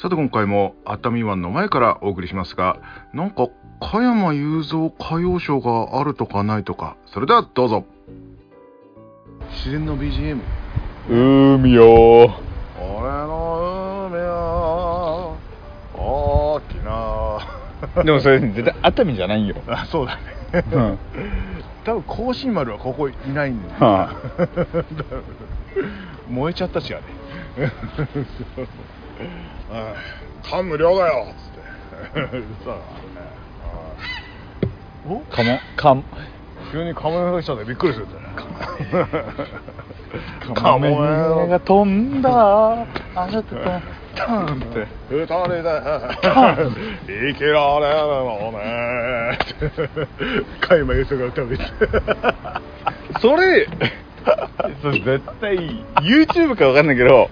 さて今回も熱海湾の前からお送りしますがなんか加山雄三歌謡賞があるとかないとかそれではどうぞ自然の BGM 海よ俺の海は大きなでもそれ絶対熱海じゃないよ、あ そうだね、うん多分甲信丸はここいないんだ、は 燃えちゃったし やねああ感無量だよっつ ってそうだねああおかもかも急にカモメが来たんでびっくりするんだよねカモメが飛んだあなたと タンって二人で生きられるのね 加山優勝が歌うべ きそれそれ絶対 YouTube かわかんないけど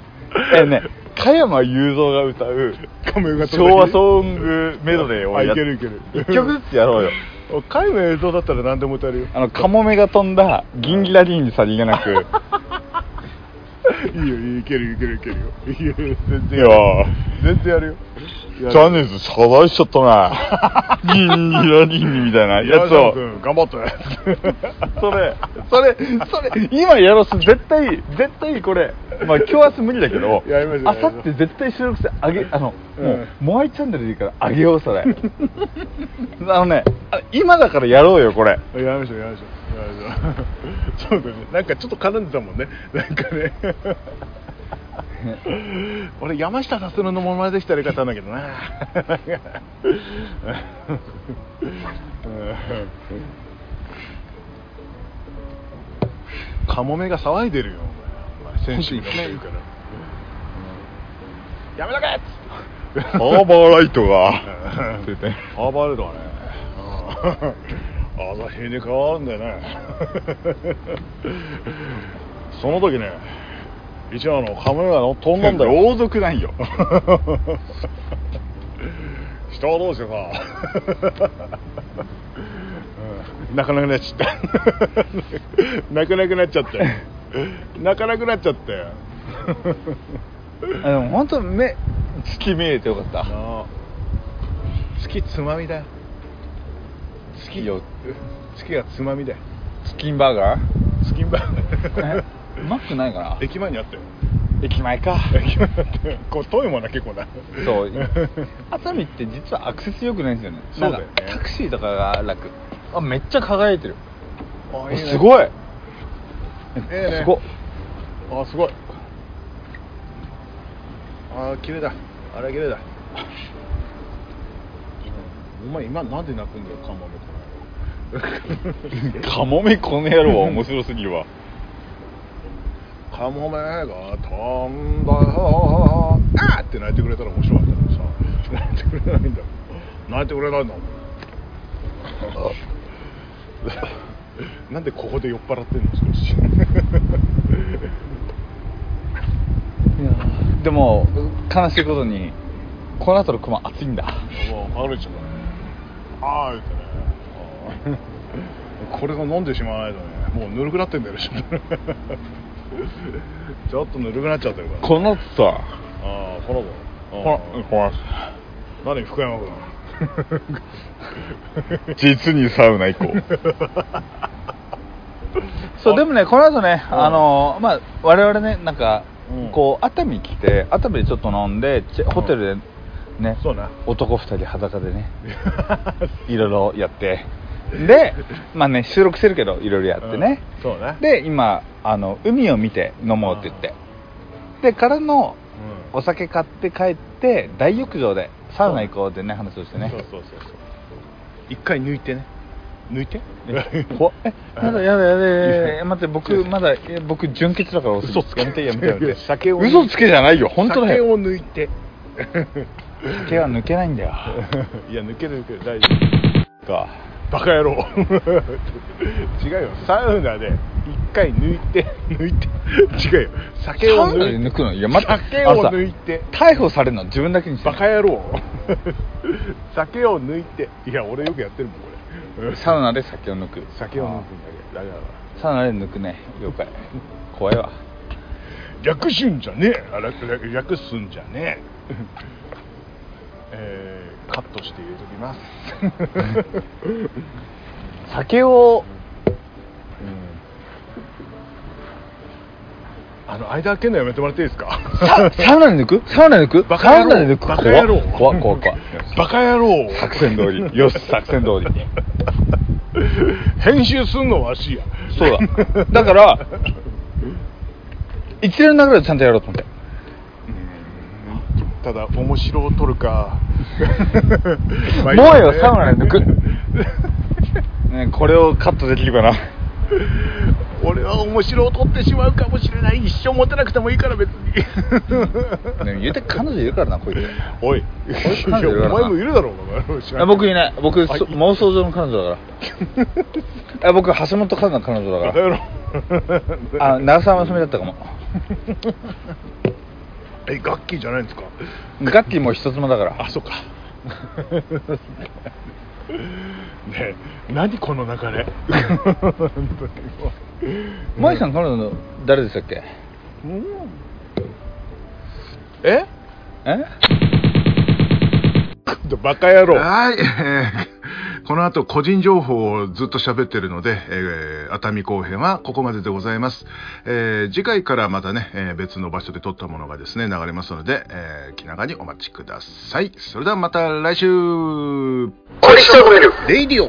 えね加山雄三が歌うカメが飛んだ日昭和ソングメドレーをあいやけるいける一曲ずつ やろうよ加山優勝だったら何でも歌えるよあのカモメが飛んだギンギラリーンにさりげ なくいいよいけるいけるいけるよいいよ全い然や全然やるよジャニーズ謝罪しちゃった なギンギラリンみたいなやつを君頑張って それそれそれ今やろうす絶対絶対これまあ今日明日無理だけどやりましょうあさって絶対収録してあげあの、うんもうモアイチャンネルでいいからあげようそれ あのねあ今だからやろうよこれやめましょうやめましょうやめましょう そうだねなんかちょっと絡んでたもんねなんかね 俺山下達郎のものまねできたらよかったんだけどな カモメが騒いでるよお前先週の人いるからやめとけっつってハーバーライ トがって言ってハーバールドはね朝日に変わるんだ よね その時ね一応あのカメラの飛んだんだよ王族なん よ 人同士がさ、 うん、泣かなくなっちゃった 泣かなくなっちゃって泣かなくなっちゃってあでも本当目月見えてよかった あ月つまみだよ月よ月がつまみだよチキンバーガースキンバーガーえマックないかな駅前にあったよ駅前か駅前にあったよ こう遠いもんな結構なそう 熱海って実はアクセス良くないんですよねそうだよねなんかタクシーとかが楽あめっちゃ輝いてるあいいねすごいええねすごっあすごいあ綺麗だあれ綺 麗だお前今なんで泣くんだよ看板猫 カモメこの野 郎は面白すぎるわカモメが飛んだよあーって泣いてくれたら面白かったのにさ泣いてくれないんだ泣いてくれないんだなんでここで酔っ払ってんの少しでも悲しいことにこの後の雲暑いんだもう流れちゃったねあー言ってねあーこれが飲んでしまわないとねもうぬるくなってんだよねちょっとねちょっとぬるくなっちゃってるからこのさああこの子こあーのこ何福山君の実にサウナ行こ う そうでもねこの後ね、うんあのまあ我々ねなんか、うんこう熱海来て熱海でちょっと飲んでチェホテルでね、そうね男2人裸 でねいろいろやってでまあね収録してるけどいろいろやってね、うんそうねで今あの海を見て飲もうって言ってでからのうんお酒買って帰って大浴場でサウナ行こうってね話をしてねそうそうそうそう一回抜いてね抜い てえ怖っえやだやだやだやだやだいや待って僕まだえ僕純潔だから遅い嘘つけやめてやめてやめて酒を嘘つけじゃないよ本当だ酒よを抜いて 酒は抜けないんだよいや抜ける抜ける大丈夫かバカ野郎 違うよサウナで一回抜いて抜いて違うよ酒をサウナで抜い抜てくのいや待って酒を抜いてあのさ逮捕されるの自分だけにしてバカ野郎 酒を抜いていや俺よくやってるもんこれサウナで酒を抜く酒を抜くあんだけどだからーサウナで抜くね了解怖いわ 略すんじゃねえあら略すんじゃねええーカットして入れときます酒を、 あの間開けるのやめてもらっていいですか さサウナに抜くサウナに抜くバサカウ野郎ナに抜くバカ野郎怖っ怖っ怖っ怖っ バカ野郎作戦通りよし作戦通り 編集すんのはしやそうだだから一連の流れでちゃんとやろうと思ってただ面白を取るか もうよサウナに抜く、ね、これをカットできるかな 俺は面白を取ってしまうかもしれない一生持てなくてもいいから別に ね言うて彼女いるからなこいつ おいこいつ彼女いるいやからなお前もいるだろうあ僕いない僕、はいそ妄想上の彼女だから あ僕橋本環奈の彼女だバカ野か郎らあ長澤まさみだったかも えガッキーじゃないんですかガッキーも一つもだからあそう かねえ何この流 れ本当にもう舞さん彼女の誰でしたっけうんええバカ野郎はい、 えーこの後個人情報をずっと喋ってるので、えー熱海後編はここまででございます。えー次回からまたね、えー別の場所で撮ったものがですね、流れますので、えー気長にお待ちください。それではまた来週レイディオ